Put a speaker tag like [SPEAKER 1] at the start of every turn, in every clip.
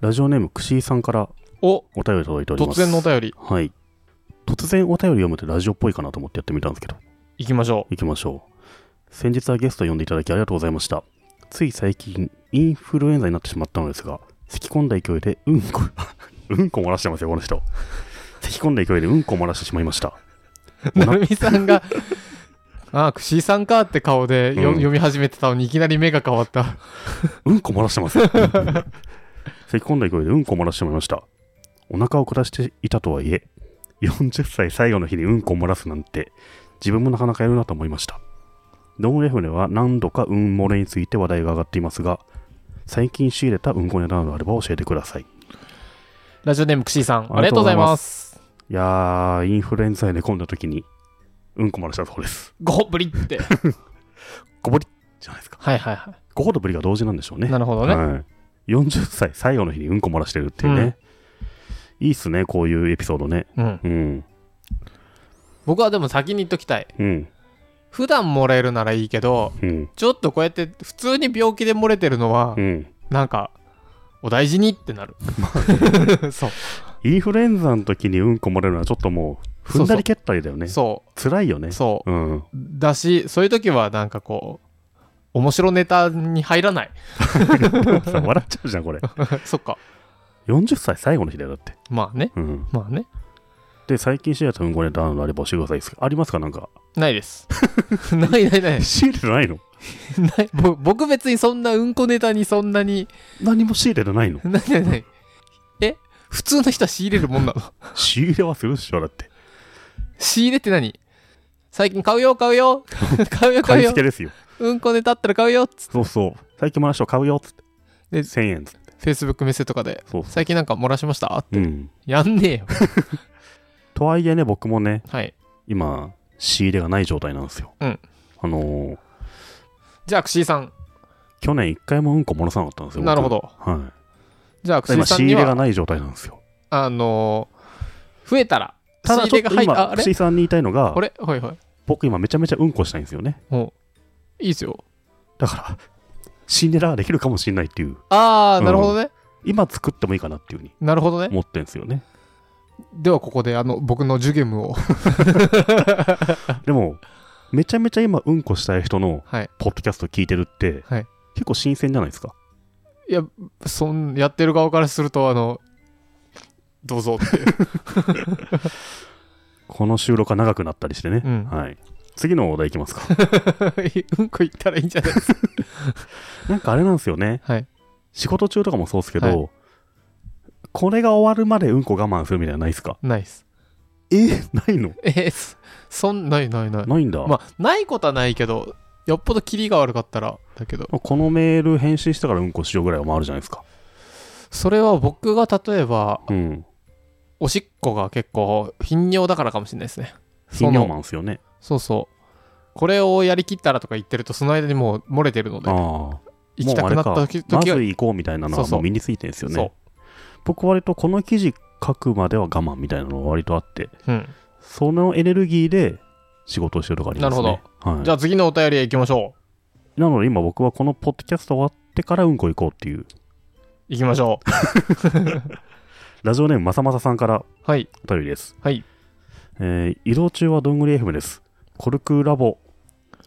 [SPEAKER 1] ラジオネームくしーさんから
[SPEAKER 2] お
[SPEAKER 1] お便り届いておりま
[SPEAKER 2] 突
[SPEAKER 1] す
[SPEAKER 2] 然のお便り
[SPEAKER 1] はい突然お便り読むってラジオっぽいかなと思ってやってみたんですけど
[SPEAKER 2] いきましょ
[SPEAKER 1] 行きましょう先日はゲストを呼んでいただきありがとうございましたつい最近インフルエンザになってしまったのですが咳き込んだ勢いでうんこ うんこ漏らしてますよこの人咳き込んだ勢いでうんこ漏らしてしまいました
[SPEAKER 2] う。なるみさんが、 あー、くしーさんかって顔でよ、
[SPEAKER 1] うん
[SPEAKER 2] 読み始めてたのに、いきなり目が変わった。
[SPEAKER 1] うんこ漏らしてます咳き込んだ勢いでうんこ漏らしてしまいましたお腹を下していたとはいえ40歳最後の日にうんこ漏らすなんて自分もなかなかやるなと思いましたドン・エフネは何度かうん漏れについて話題が上がっていますが最近仕入れたうんこネタなどあれば教えてください
[SPEAKER 2] ラジオネームくしーさん、
[SPEAKER 1] あ
[SPEAKER 2] あ
[SPEAKER 1] り
[SPEAKER 2] り
[SPEAKER 1] が
[SPEAKER 2] が
[SPEAKER 1] と
[SPEAKER 2] と
[SPEAKER 1] うご
[SPEAKER 2] う
[SPEAKER 1] ざ
[SPEAKER 2] ござ
[SPEAKER 1] い
[SPEAKER 2] い
[SPEAKER 1] ま
[SPEAKER 2] ます。
[SPEAKER 1] いやーインフルエンザに寝込んだ時にうんこ漏らしたそうです
[SPEAKER 2] ごほっぶりって。
[SPEAKER 1] ごぼりじゃないですか
[SPEAKER 2] はいはいは
[SPEAKER 1] ごほとぶりが同時なんでしょうね
[SPEAKER 2] い。なるほどね。
[SPEAKER 1] はい、40歳最後の日にうんこ漏らしてるっていうね、いいっすねこういうエピソードね
[SPEAKER 2] うん。
[SPEAKER 1] うん
[SPEAKER 2] 僕はでも先に言っときたい。
[SPEAKER 1] うん
[SPEAKER 2] 普段漏れるならいいけど、
[SPEAKER 1] うん
[SPEAKER 2] ちょっとこうやって普通に病気で漏れてるのは
[SPEAKER 1] う、ん
[SPEAKER 2] なんか、お大事にってなる。そう。
[SPEAKER 1] インフルエンザの時にうんこ漏れるのはちょっともう踏んだり蹴ったりだよね
[SPEAKER 2] そ
[SPEAKER 1] 辛いよね、
[SPEAKER 2] う。そう
[SPEAKER 1] ん、
[SPEAKER 2] う。だし、そういう時はなんかこう、面白ネタに入らない。
[SPEAKER 1] さ笑っちゃうじゃんこれ
[SPEAKER 2] そっか。
[SPEAKER 1] 40歳最後の日だよだって、
[SPEAKER 2] まあね。
[SPEAKER 1] うん、
[SPEAKER 2] まあね。
[SPEAKER 1] で最近シェアとうんこネタあるのあれば教えてくださいですありますかなんか
[SPEAKER 2] ない です。ないないない。
[SPEAKER 1] 仕入れてないの
[SPEAKER 2] ないぼ僕別にそんなうんこネタにそんなに。
[SPEAKER 1] 何も仕入れてないの
[SPEAKER 2] ないないない。え普通の人は仕入れるもんなの
[SPEAKER 1] 仕入れはするっしょだって
[SPEAKER 2] 仕入れって何最近買うよ買う よ買うよ買
[SPEAKER 1] 買
[SPEAKER 2] う
[SPEAKER 1] い
[SPEAKER 2] よ
[SPEAKER 1] 付けですよ
[SPEAKER 2] うんこネタあったら買うよっつって
[SPEAKER 1] そうそう最近もらした買うよっつって
[SPEAKER 2] で
[SPEAKER 1] 1000円っつって
[SPEAKER 2] Facebook メッセとかで
[SPEAKER 1] そうそ
[SPEAKER 2] 最近なんか漏らしました
[SPEAKER 1] う、うん、
[SPEAKER 2] やん ねえよ。
[SPEAKER 1] とはいえね僕もね
[SPEAKER 2] はい。
[SPEAKER 1] 今仕入れがない状態なんですよ、
[SPEAKER 2] うん
[SPEAKER 1] あのー
[SPEAKER 2] じゃあ、くしーさん。
[SPEAKER 1] 去年一回もうんこ漏らさなかったんですよ僕
[SPEAKER 2] なるほど。
[SPEAKER 1] は
[SPEAKER 2] じゃあ、
[SPEAKER 1] い
[SPEAKER 2] くしー
[SPEAKER 1] 今
[SPEAKER 2] さ
[SPEAKER 1] 仕
[SPEAKER 2] ん
[SPEAKER 1] 入
[SPEAKER 2] に
[SPEAKER 1] れが
[SPEAKER 2] は、
[SPEAKER 1] ない状態なんですよ
[SPEAKER 2] あのー、増えたら、
[SPEAKER 1] ただちょっ
[SPEAKER 2] が
[SPEAKER 1] と
[SPEAKER 2] 入っ
[SPEAKER 1] 今
[SPEAKER 2] ああれ
[SPEAKER 1] 串井さんに言いたいのが
[SPEAKER 2] あれはいはい。
[SPEAKER 1] 僕今めちゃめちゃうんこしたいんですよね
[SPEAKER 2] もう、いいですよ。
[SPEAKER 1] だからシンデレラができるかもしれないっていう
[SPEAKER 2] あ
[SPEAKER 1] う
[SPEAKER 2] ー、
[SPEAKER 1] ん
[SPEAKER 2] なるほどね。
[SPEAKER 1] 今作ってもいいかなっていうふうに
[SPEAKER 2] なるほどね。
[SPEAKER 1] 思ってんですよね
[SPEAKER 2] では、ここで、あの、僕のジュゲムを。
[SPEAKER 1] でもめちゃめちゃ今うんこしたい人の
[SPEAKER 2] はい。
[SPEAKER 1] ポッドキャスト聞いてるって、
[SPEAKER 2] はい
[SPEAKER 1] 結構新鮮じゃないですか
[SPEAKER 2] いや、そん、やってる側からすると、あの、どうぞっていう。
[SPEAKER 1] この収録が長くなったりしてね、
[SPEAKER 2] うん
[SPEAKER 1] はい次のお題いきますか
[SPEAKER 2] うんこ言ったらいいんじゃない ですか。
[SPEAKER 1] なんかあれなんですよね
[SPEAKER 2] はい。
[SPEAKER 1] 仕事中とかもそうですけど、
[SPEAKER 2] はい
[SPEAKER 1] これが終わるまでうんこ我慢するみたいなのないですか
[SPEAKER 2] ナイス。
[SPEAKER 1] えないの
[SPEAKER 2] えー、そそん、ないないない。
[SPEAKER 1] ないんだ、
[SPEAKER 2] まあ、ないことはないけど、よっぽどキリが悪かったら、だけど。
[SPEAKER 1] このメール返信したからうんこしようぐらいは回るじゃないですか
[SPEAKER 2] それは僕が例えば
[SPEAKER 1] うん
[SPEAKER 2] おしっこが結構頻尿だからかもしれないですね
[SPEAKER 1] 頻尿マ
[SPEAKER 2] その
[SPEAKER 1] ンですよね
[SPEAKER 2] そうそうこれをやりきったらとか言ってるとその間にもう漏れてるので
[SPEAKER 1] ああ
[SPEAKER 2] 行きたくなった
[SPEAKER 1] もうあ
[SPEAKER 2] 時
[SPEAKER 1] れかま
[SPEAKER 2] 時
[SPEAKER 1] ず
[SPEAKER 2] は
[SPEAKER 1] 行こうみたいなの
[SPEAKER 2] そう
[SPEAKER 1] は
[SPEAKER 2] そう
[SPEAKER 1] もう身についてるんですよね
[SPEAKER 2] そ
[SPEAKER 1] 僕割とこの記事書くまでは我慢みたいなのは割とあって
[SPEAKER 2] う、うん、
[SPEAKER 1] そのエネルギーで仕事をしてるとかありますね
[SPEAKER 2] なる
[SPEAKER 1] ほど、はい、
[SPEAKER 2] じゃあ次のお便りへ行きましょう
[SPEAKER 1] なので今僕はこのポッドキャスト終わってからうんこ行こうっていう
[SPEAKER 2] 行きましょう
[SPEAKER 1] ラジオネームまさまささんから
[SPEAKER 2] はい
[SPEAKER 1] お便りです
[SPEAKER 2] はい
[SPEAKER 1] えー移動中はどんぐり FM です。コルクラボ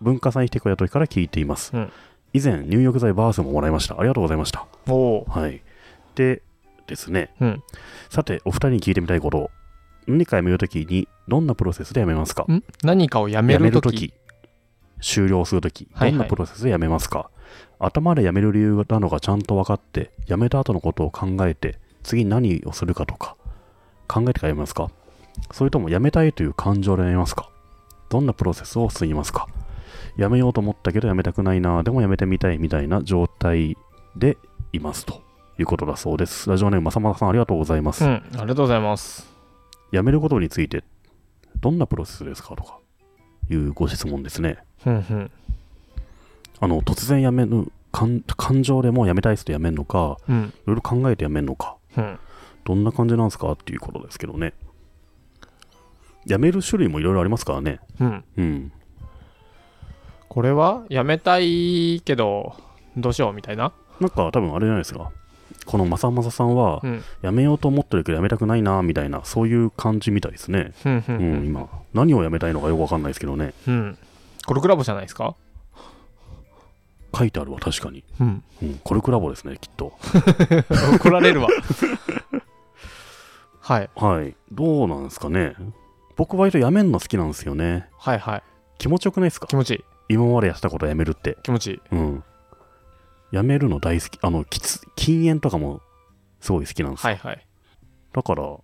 [SPEAKER 1] 文化祭に来てくれた時から聞いています。
[SPEAKER 2] うん
[SPEAKER 1] 以前、入浴剤バースももらいました。ありがとうございました。
[SPEAKER 2] おおー
[SPEAKER 1] はい。でですね、
[SPEAKER 2] うん
[SPEAKER 1] さて、お二人に聞いてみたいことを、何かやめるときに、どんなプロセスでやめますか
[SPEAKER 2] ん何かをやめ
[SPEAKER 1] やめ
[SPEAKER 2] る
[SPEAKER 1] る
[SPEAKER 2] と
[SPEAKER 1] と
[SPEAKER 2] き
[SPEAKER 1] き、終了するとき、
[SPEAKER 2] はいはい
[SPEAKER 1] どんなプロセスでやめますか、頭でやめる理由なのがちゃんと分かって、やめた後のことを考えて、次何をするかとか、考えてからやめますかそれともやめたいという感情でやめますかどんなプロセスを進みますかやめようと思ったけどやめたくないな、でもやめてみたいみたいな状態でいますということだそうです。ラジオネームまさまささんありがとうございます。
[SPEAKER 2] うんありがとうございます
[SPEAKER 1] やめることについて、どんなプロセスですかとかいうご質問ですね。
[SPEAKER 2] ふんふん
[SPEAKER 1] あの突然やめる感感情でもうやめたいっすとやめんのか
[SPEAKER 2] うん
[SPEAKER 1] いろいろ考えてやめんのか
[SPEAKER 2] ふん
[SPEAKER 1] どんな感じなんですかっていうことですけどねやめる種類もいろいろありますからね
[SPEAKER 2] うん
[SPEAKER 1] うん
[SPEAKER 2] これはやめたいけどどうしようみたいな
[SPEAKER 1] なんか多分あれじゃないですかこの正正さんは、
[SPEAKER 2] うん
[SPEAKER 1] やめようと思ってるけどやめたくないなみたいなそういう感じみたいですね、
[SPEAKER 2] うんう
[SPEAKER 1] うんん
[SPEAKER 2] うん
[SPEAKER 1] 今何をやめたいのかよくわかんないですけどね
[SPEAKER 2] うんコルクラボじゃないですか
[SPEAKER 1] 書いてあるわ確かに、
[SPEAKER 2] うん
[SPEAKER 1] うん、コルクラボですねきっと
[SPEAKER 2] 怒られ るわはい
[SPEAKER 1] はいどうなんですかね僕割とやめんの好きなんですよね
[SPEAKER 2] はいはい
[SPEAKER 1] 気持ちよくないですか
[SPEAKER 2] 気持ちいい
[SPEAKER 1] 今までやってたことやめるって
[SPEAKER 2] 気持ちいい
[SPEAKER 1] うんやめるの大好きあのきつ禁煙とかもすごい好きなんですよ
[SPEAKER 2] はいはい
[SPEAKER 1] だから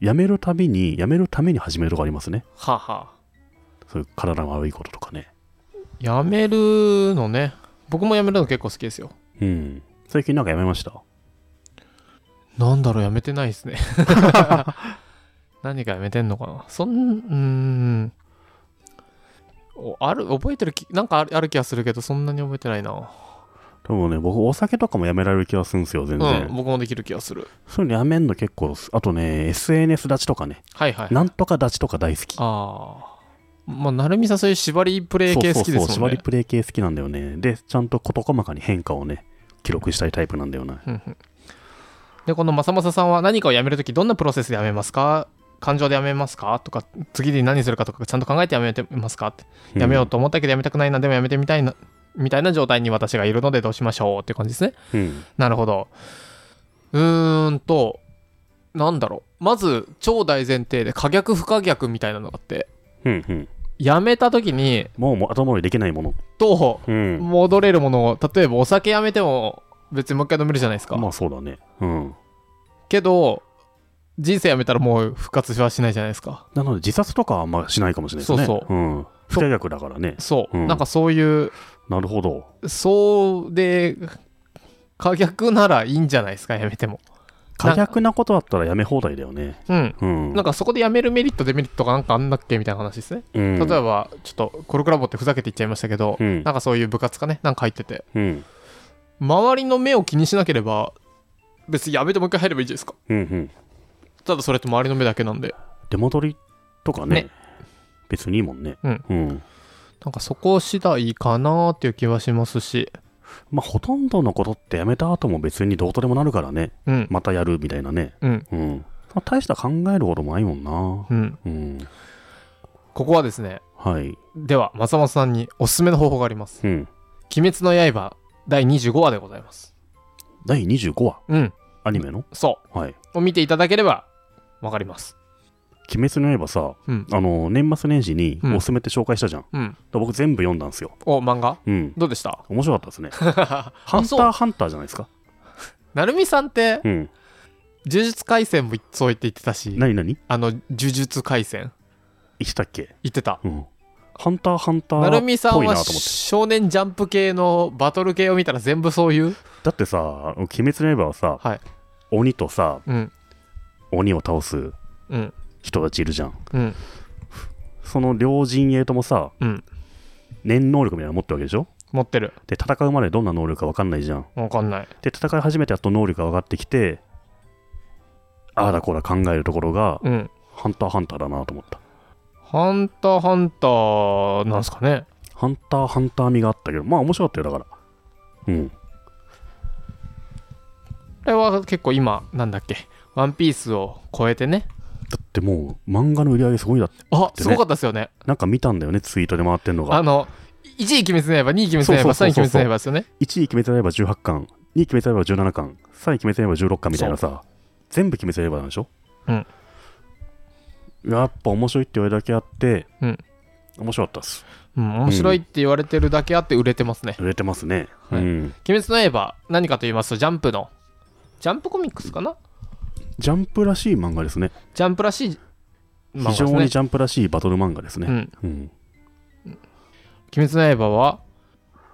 [SPEAKER 1] やめるたびにやめるために始めるとかありますね
[SPEAKER 2] はあはあ
[SPEAKER 1] そういう体の悪いこととかね
[SPEAKER 2] やめるのね僕もやめるの結構好きですよ
[SPEAKER 1] うん最近なんかやめました
[SPEAKER 2] なんだろうやめてないです ね何かやめてんのかなそんうーんおある覚えてるきなんかあるある気がするけどそんなに覚えてないな
[SPEAKER 1] でもね、僕、お酒とかもやめられる気がするんですよ、全然。
[SPEAKER 2] うん僕もできる気がする
[SPEAKER 1] そういうのやめんの結構、あとね、SNS 立ちとかね、
[SPEAKER 2] はいはい
[SPEAKER 1] なんとか立ちとか大好き。
[SPEAKER 2] ああまあ成美さんそういう縛りプレイ系好き
[SPEAKER 1] そう
[SPEAKER 2] ですもんね
[SPEAKER 1] そうそう、縛りプレイ系好きなんだよね。で、ちゃんと事細かに変化をね、記録したいタイプなんだよね。
[SPEAKER 2] うんうんでこのまさまささんは何かをやめるときどんなプロセスでやめますか感情でやめますかとか次に何するかとかちゃんと考えてやめてますかってやめようと思ったけどやめたくないなでもやめてみたいなみたいな状態に私がいるのでどうしましょうっていう感じですね
[SPEAKER 1] うん。うん。
[SPEAKER 2] なるほどうーんとなんだろうまず超大前提で可逆不可逆みたいなのがあって
[SPEAKER 1] うん。うん
[SPEAKER 2] やめた時に
[SPEAKER 1] もうもう後戻りできないもの。
[SPEAKER 2] ど
[SPEAKER 1] うん
[SPEAKER 2] う。戻れるものを例えばお酒やめても別にもう一回飲めるじゃないですか、
[SPEAKER 1] まあそうだね。うん。
[SPEAKER 2] けど人生やめたらもう復活はしないじゃないですか
[SPEAKER 1] なので、自殺とかはあんましないかもしれないですね。。
[SPEAKER 2] そうそう
[SPEAKER 1] うん。不可逆だからね。
[SPEAKER 2] そう、
[SPEAKER 1] うん
[SPEAKER 2] なんかそういう
[SPEAKER 1] なるほど。
[SPEAKER 2] そうで可逆ならいいんじゃないですかやめても
[SPEAKER 1] 可逆なことだったらやめ放題だよね。
[SPEAKER 2] うん
[SPEAKER 1] うん。
[SPEAKER 2] なんかそこでやめるメリットデメリットがなんかあんだっけみたいな話ですね、
[SPEAKER 1] うん、
[SPEAKER 2] 例えばちょっとコルクラボってふざけて言っちゃいましたけど、
[SPEAKER 1] うん
[SPEAKER 2] なんかそういう部活かねなんか入ってて
[SPEAKER 1] うん。
[SPEAKER 2] 周りの目を気にしなければ別にやめてもう一回入ればいいじゃないですか
[SPEAKER 1] うん。うん。
[SPEAKER 2] ただそれって周りの目だけなんで
[SPEAKER 1] 出戻りとかね
[SPEAKER 2] ね
[SPEAKER 1] 別にいいもんね、
[SPEAKER 2] うん
[SPEAKER 1] うん
[SPEAKER 2] なんかそこ次第かなーっていう気はしますし
[SPEAKER 1] まあほとんどのことってやめた後も別にどうとでもなるからね
[SPEAKER 2] うん
[SPEAKER 1] またやるみたいなね、
[SPEAKER 2] うん
[SPEAKER 1] うんまあ、大した考えることもないもんな
[SPEAKER 2] うん
[SPEAKER 1] うん
[SPEAKER 2] ここはですね
[SPEAKER 1] はい
[SPEAKER 2] では松本さんにおすすめの方法があります
[SPEAKER 1] うん
[SPEAKER 2] 「鬼滅の刃」第25話でございます
[SPEAKER 1] 第25話
[SPEAKER 2] うん
[SPEAKER 1] アニメの、
[SPEAKER 2] そ
[SPEAKER 1] はいう
[SPEAKER 2] を見ていただければわかります
[SPEAKER 1] 「鬼滅の刃さ」
[SPEAKER 2] うん
[SPEAKER 1] あの年末年始に
[SPEAKER 2] うん
[SPEAKER 1] おすすめって紹介したじゃん、
[SPEAKER 2] うん
[SPEAKER 1] で僕全部読んだんですよ
[SPEAKER 2] お漫画
[SPEAKER 1] うん
[SPEAKER 2] どうでした
[SPEAKER 1] 面白かったです ねハンタ
[SPEAKER 2] そう
[SPEAKER 1] ーハンターじゃないですか
[SPEAKER 2] なるみさんって
[SPEAKER 1] うん
[SPEAKER 2] 呪術廻戦もそう言って言ってたし
[SPEAKER 1] 何何
[SPEAKER 2] あの呪術廻戦
[SPEAKER 1] いしたっけ
[SPEAKER 2] 言ってた
[SPEAKER 1] うんハンターハンタ
[SPEAKER 2] なるみ
[SPEAKER 1] ーっ
[SPEAKER 2] さん
[SPEAKER 1] ぽいな
[SPEAKER 2] は
[SPEAKER 1] と思って
[SPEAKER 2] 少年ジャンプ系のバトル系を見たら全部そういう
[SPEAKER 1] だってさ「鬼滅の刃」はさ、
[SPEAKER 2] はい
[SPEAKER 1] 鬼とさ
[SPEAKER 2] うん
[SPEAKER 1] 鬼を倒す
[SPEAKER 2] うん
[SPEAKER 1] 人たちいるじゃん
[SPEAKER 2] うん
[SPEAKER 1] その両陣営ともさ
[SPEAKER 2] うん
[SPEAKER 1] 念能力みたいなの持ってるわけでしょ
[SPEAKER 2] 持ってる
[SPEAKER 1] で戦うまでどんな能力か分かんないじゃん
[SPEAKER 2] わかんない
[SPEAKER 1] で戦い始めてやっと能力が上がってきてああだこうだ考えるところが
[SPEAKER 2] うん
[SPEAKER 1] 「ハンターハンター」だなと思った
[SPEAKER 2] ハンターハンターなんすかね
[SPEAKER 1] ハンターハンター味があったけどまあ面白かったよだからうん
[SPEAKER 2] これは結構今なんだっけワンピースを超えてね
[SPEAKER 1] だってもう漫画の売り上げすごいんだって
[SPEAKER 2] あ
[SPEAKER 1] ね
[SPEAKER 2] すごかったですよね
[SPEAKER 1] なんか見たんだよねツイートで回ってんの
[SPEAKER 2] あ
[SPEAKER 1] が
[SPEAKER 2] の1位決めつねば2位決めつねば
[SPEAKER 1] そ
[SPEAKER 2] 3
[SPEAKER 1] う
[SPEAKER 2] 位
[SPEAKER 1] そ
[SPEAKER 2] 決
[SPEAKER 1] うそうそう
[SPEAKER 2] めつねばですよね
[SPEAKER 1] 1位決めてれば18巻2位決めてれば17巻3位決めてれば16巻みたいなさ全部決めてればなんでしょ
[SPEAKER 2] うん
[SPEAKER 1] やっぱ面白いって言われるだけあって、
[SPEAKER 2] うん
[SPEAKER 1] 面白かったっす
[SPEAKER 2] うん面白いって言われてるだけあって売れてますね
[SPEAKER 1] 売れてますね、
[SPEAKER 2] はい
[SPEAKER 1] うん
[SPEAKER 2] 鬼滅の刃何かと言いますとジャンプのジャンプコミックスかな
[SPEAKER 1] ジャンプらしい漫画ですね
[SPEAKER 2] ジャンプらしい漫画
[SPEAKER 1] 非
[SPEAKER 2] です
[SPEAKER 1] 常
[SPEAKER 2] ね
[SPEAKER 1] にジャンプらしいバトル漫画です
[SPEAKER 2] う
[SPEAKER 1] ね、
[SPEAKER 2] ん
[SPEAKER 1] うん
[SPEAKER 2] 鬼滅の刃は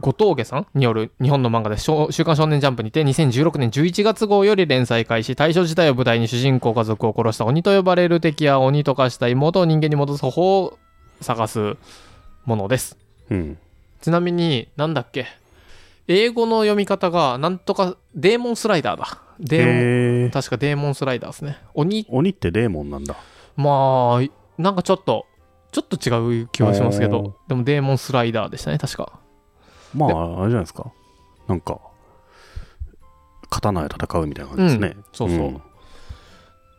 [SPEAKER 2] 後藤家さんによる日本の漫画で「少週刊少年ジャンプ」にて2016年11月号より連載開始大正時代を舞台に主人公家族を殺した鬼と呼ばれる敵や鬼と化した妹を人間に戻す方法を探すものです
[SPEAKER 1] うん
[SPEAKER 2] ちなみになんだっけ英語の読み方がなんとかデーモンスライダーだデーモ
[SPEAKER 1] へ
[SPEAKER 2] ン、
[SPEAKER 1] え
[SPEAKER 2] 確かデーモンスライダーですね鬼
[SPEAKER 1] 鬼ってデーモンなんだ
[SPEAKER 2] まあなんかちょっとちょっと違う気はしますけ
[SPEAKER 1] おー
[SPEAKER 2] どでもデーモンスライダーでしたね確か
[SPEAKER 1] まああれじゃないですかなんか刀で戦うみたいな感じですね。
[SPEAKER 2] そうそう、
[SPEAKER 1] ん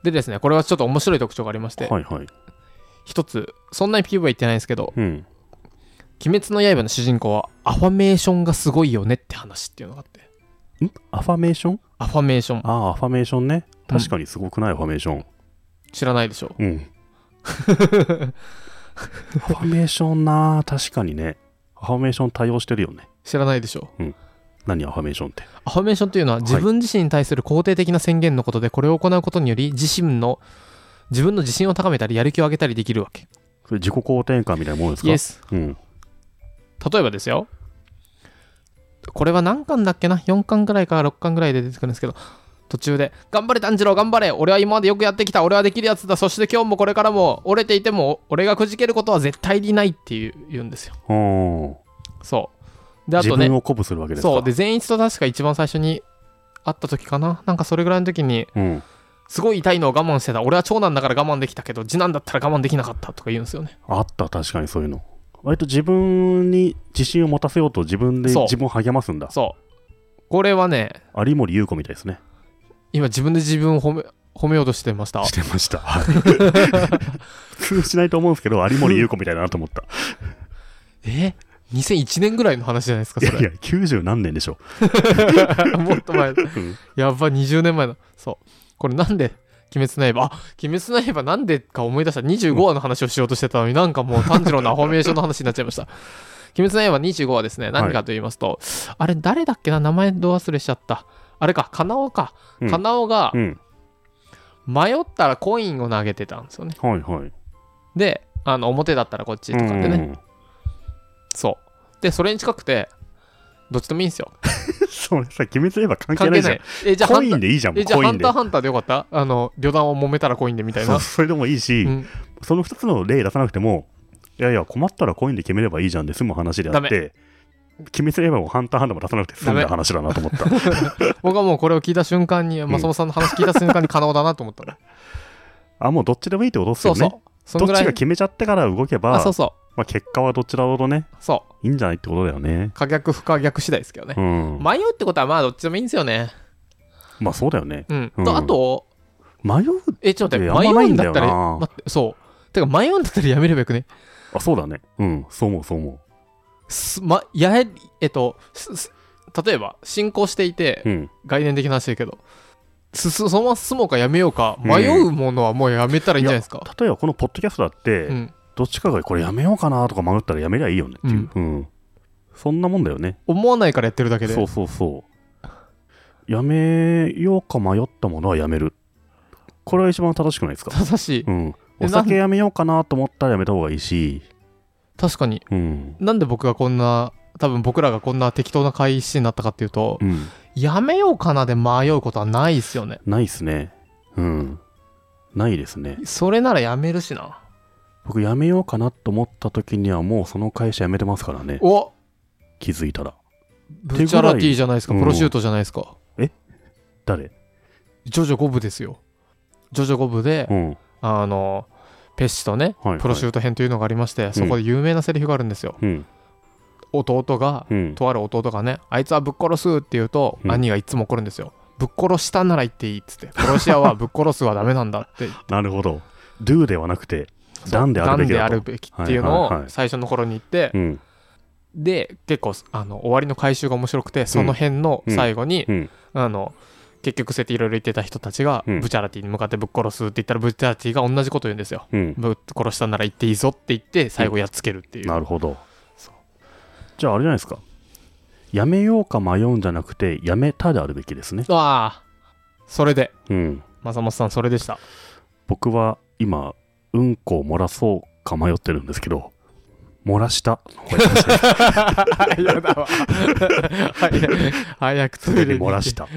[SPEAKER 2] でですねこれはちょっと面白い特徴がありまして
[SPEAKER 1] はいはい。
[SPEAKER 2] 一つそんなに PV は言ってないんですけど
[SPEAKER 1] うん。
[SPEAKER 2] 「鬼滅の刃」の主人公はアファメーションがすごいよねって話っていうのがあって
[SPEAKER 1] んアファメーション
[SPEAKER 2] アファメーション
[SPEAKER 1] ああ、アファメーションね。確かにすごくない、アファメーション。
[SPEAKER 2] 知らないでしょ
[SPEAKER 1] うん。アファメーションな確かにね。アファメーション対応してるよね。
[SPEAKER 2] 知らないでしょ
[SPEAKER 1] 何アファメーションって。
[SPEAKER 2] アファメーションというのは
[SPEAKER 1] はい
[SPEAKER 2] 自分自身に対する肯定的な宣言のことでこれを行うことにより自身の自分の自信を高めたりやる気を上げたりできるわけ
[SPEAKER 1] それ自己肯定感みたいなものですか
[SPEAKER 2] イエス
[SPEAKER 1] うん。
[SPEAKER 2] 例えばですよこれは何巻だっけな4巻ぐらいから6巻ぐらいで出てくるんですけど途中で「頑張れ炭治郎頑張れ俺は今までよくやってきた俺はできるやつだそして今日もこれからも折れていても俺がくじけることは絶対にない」っていう言うんですよ
[SPEAKER 1] お
[SPEAKER 2] そうであ
[SPEAKER 1] 自
[SPEAKER 2] とね
[SPEAKER 1] 分を鼓舞するわけですか
[SPEAKER 2] そうで善逸と確か一番最初に会った時かななんかそれぐらいの時に
[SPEAKER 1] うん。
[SPEAKER 2] すごい痛いのを我慢してた俺は長男だから我慢できたけど次男だったら我慢できなかったとか言うんですよね
[SPEAKER 1] あった、確かにそういうの。割と自分に自信を持たせようと自分で
[SPEAKER 2] そう
[SPEAKER 1] 自分を励ますんだ。
[SPEAKER 2] そうこれはね
[SPEAKER 1] 有森裕子みたいですね。
[SPEAKER 2] 今自分で自分を褒め褒めようとしてました
[SPEAKER 1] してま した。通じないと思うんですけど、有森裕子みたいだなと思った。
[SPEAKER 2] え2001年ぐらいの話じゃないですか
[SPEAKER 1] い
[SPEAKER 2] そ
[SPEAKER 1] やい
[SPEAKER 2] れ
[SPEAKER 1] や、90何年でしょ
[SPEAKER 2] もっと前
[SPEAKER 1] ん
[SPEAKER 2] やっぱ20年前だそうこれなんで鬼滅の刃あ鬼滅の刃なんでか思い出した25話の話をしようとしてたのになんかもう炭治郎のアフォメーションの話になっちゃいました 鬼滅の刃25話ですね何かと言いますと、あれ誰だっけな名前ど忘れしちゃったあれかカナオか、
[SPEAKER 1] うん
[SPEAKER 2] カナオが
[SPEAKER 1] うん。
[SPEAKER 2] 迷ったらコインを投げてたんですよね
[SPEAKER 1] はいはい。
[SPEAKER 2] であの表だったらこっちとかってね、
[SPEAKER 1] うん
[SPEAKER 2] そうでそれに近くてどっちでもいいんですよ
[SPEAKER 1] それさ、鬼滅刃関係
[SPEAKER 2] 関
[SPEAKER 1] ない
[SPEAKER 2] 係
[SPEAKER 1] じゃ
[SPEAKER 2] なんい。えじゃあ
[SPEAKER 1] コ
[SPEAKER 2] ハ
[SPEAKER 1] イ
[SPEAKER 2] ンタ
[SPEAKER 1] ンでいいじゃん、も
[SPEAKER 2] え
[SPEAKER 1] う
[SPEAKER 2] じゃあ
[SPEAKER 1] コイ
[SPEAKER 2] ハ
[SPEAKER 1] ン
[SPEAKER 2] ン
[SPEAKER 1] で
[SPEAKER 2] ター。ハンターでよかったあの旅団を揉めたらコインでみたい
[SPEAKER 1] そ
[SPEAKER 2] な
[SPEAKER 1] うそれでもいいし、
[SPEAKER 2] うん
[SPEAKER 1] その2つの例出さなくても、いやいや、困ったらコインで決めればいいじゃんで済む話であ
[SPEAKER 2] ダ
[SPEAKER 1] っ
[SPEAKER 2] メ
[SPEAKER 1] て、鬼滅刃もハンターハンターも出さなくて済んだ話だなと思った。
[SPEAKER 2] 僕はもうこれを聞いた瞬間に
[SPEAKER 1] ん
[SPEAKER 2] 松本さんの話聞いた瞬間に可能だなと思ったの、
[SPEAKER 1] あ、もうどっちでもいいってことです
[SPEAKER 2] そ
[SPEAKER 1] よ
[SPEAKER 2] う
[SPEAKER 1] ね。
[SPEAKER 2] そうそん
[SPEAKER 1] ど
[SPEAKER 2] ぐ
[SPEAKER 1] っ
[SPEAKER 2] ら
[SPEAKER 1] ちが
[SPEAKER 2] い
[SPEAKER 1] 決めちゃってから動けば、
[SPEAKER 2] あそうそ
[SPEAKER 1] まあ、結果はどちらほどね
[SPEAKER 2] う、そう
[SPEAKER 1] いいんじゃないってことだよね。
[SPEAKER 2] 可逆不可逆次第ですけどね
[SPEAKER 1] う、ん。
[SPEAKER 2] 迷うってことはまあどっちでもいいんですよね
[SPEAKER 1] まあそうだよね。
[SPEAKER 2] うん、
[SPEAKER 1] うん
[SPEAKER 2] とあと
[SPEAKER 1] 迷う、
[SPEAKER 2] えちょっと待っ
[SPEAKER 1] い
[SPEAKER 2] て
[SPEAKER 1] やあんま
[SPEAKER 2] 迷
[SPEAKER 1] ない
[SPEAKER 2] うんん
[SPEAKER 1] だ
[SPEAKER 2] だ
[SPEAKER 1] よ
[SPEAKER 2] っ
[SPEAKER 1] な
[SPEAKER 2] たら待ってそうてか迷うんだったらやめればよくね
[SPEAKER 1] あ、そうだね。うん、そう思う、そう思
[SPEAKER 2] すまやええっとすす例えば進行していて、
[SPEAKER 1] う。うん。
[SPEAKER 2] 概念的な話だけどすすそのまま進もうかやめようか迷うものはもうやめたらいいんじゃないですか、
[SPEAKER 1] 例えばこのポッドキャストだって、
[SPEAKER 2] うん
[SPEAKER 1] どっちかがこれやめようかなとか迷ったらやめりゃいいよねっていう。うん。そんなもんだよね。
[SPEAKER 2] 思わないからやってるだけで
[SPEAKER 1] そうそうそう。やめようか迷ったものはやめる。これは一番正しくないですか。
[SPEAKER 2] 正しい
[SPEAKER 1] うん。
[SPEAKER 2] え
[SPEAKER 1] お酒やめようかなと思ったらやめた方がいいし、
[SPEAKER 2] 確かに
[SPEAKER 1] うん。
[SPEAKER 2] なんで僕がこんな多分僕らがこんな適当な会議になったかっていうと
[SPEAKER 1] うん。
[SPEAKER 2] やめようかなで迷うことはないですよね
[SPEAKER 1] ないっすね。うん。ないですね。
[SPEAKER 2] それならやめるしな
[SPEAKER 1] 僕辞めようかなと思った時にはもうその会社辞めてますからね
[SPEAKER 2] お
[SPEAKER 1] 気づいたら
[SPEAKER 2] ブチャラティじゃないですか
[SPEAKER 1] うん
[SPEAKER 2] プロシュートじゃないですか、
[SPEAKER 1] 誰
[SPEAKER 2] ジョジョ5部ですよジョジョ5部で、
[SPEAKER 1] うんはい
[SPEAKER 2] あのペッシとね
[SPEAKER 1] はい
[SPEAKER 2] プロシュート編というのがありまして、そこで有名なセリフがあるんですよ、
[SPEAKER 1] うん
[SPEAKER 2] 弟が
[SPEAKER 1] うん
[SPEAKER 2] とある弟がね「あいつはぶっ殺す」って言うと、
[SPEAKER 1] うん
[SPEAKER 2] 兄がいつも怒るんですよ「ぶっ殺したなら言っていい」っつって「殺し屋はぶっ殺すはダメなんだ」って
[SPEAKER 1] なるほど Do では なくて Done であるべき
[SPEAKER 2] なんで
[SPEAKER 1] だ
[SPEAKER 2] あ
[SPEAKER 1] と
[SPEAKER 2] るべきっていうの
[SPEAKER 1] はいはいは
[SPEAKER 2] を
[SPEAKER 1] い
[SPEAKER 2] 最初の頃に言って、
[SPEAKER 1] うん
[SPEAKER 2] で結構あの終わりの回収が面白くてその辺の最後に、
[SPEAKER 1] うん
[SPEAKER 2] あの結局そうやっていろいろ言ってた人たちが、
[SPEAKER 1] うん
[SPEAKER 2] ブチャラティに向かってぶっ殺すって言ったらブチャラティが同じこと言うんですよ。
[SPEAKER 1] うん
[SPEAKER 2] ぶっ殺したなら言っていいぞって言って最後やっつけるっていう、
[SPEAKER 1] なるほど
[SPEAKER 2] そう
[SPEAKER 1] じゃああれじゃないですか辞めようか迷うんじゃなくて辞めたであるべきですね
[SPEAKER 2] ああそれで
[SPEAKER 1] うん
[SPEAKER 2] 正本さんそれでした
[SPEAKER 1] 僕は今うんこを漏らそうか迷ってるんですけど漏ら した
[SPEAKER 2] やだわ。早く早くトイレに
[SPEAKER 1] 漏らした